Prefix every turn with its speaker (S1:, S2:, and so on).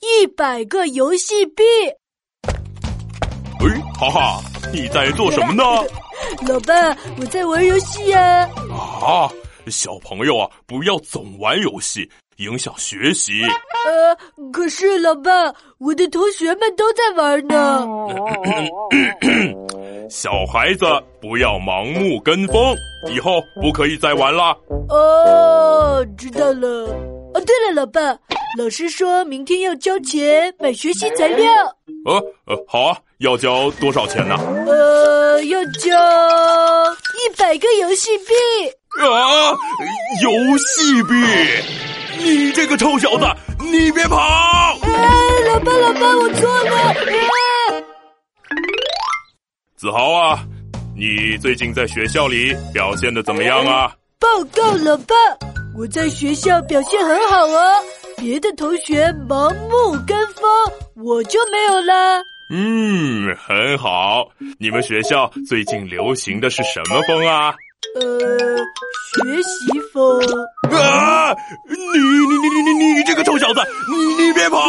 S1: 一百个游戏币。
S2: 哎，哈哈，你在做什么呢？
S1: 老爸，我在玩游戏呀、
S2: 啊，小朋友啊，不要总玩游戏，影响学习。
S1: 呃，可是老爸，我的同学们都在玩呢。
S2: 小孩子不要盲目跟风，以后不可以再玩啦。
S1: 哦，知道了。哦，对了，老爸，老师说明天要交钱买学习材料，
S2: 呃呃，好啊，要交多少钱呢、
S1: 呃，要交一百个游戏币。
S2: 啊！游戏币，你这个臭小子，你别跑！
S1: 哎，老爸，老爸，我错了。啊
S2: 子豪啊，你最近在学校里表现的怎么样啊？
S1: 报告老爸，我在学校表现很好哦，别的同学盲目跟风，我就没有啦。
S2: 嗯，很好。你们学校最近流行的是什么风啊？
S1: 呃，学习风，
S2: 啊！你你你你你你这个臭小子，你你别跑！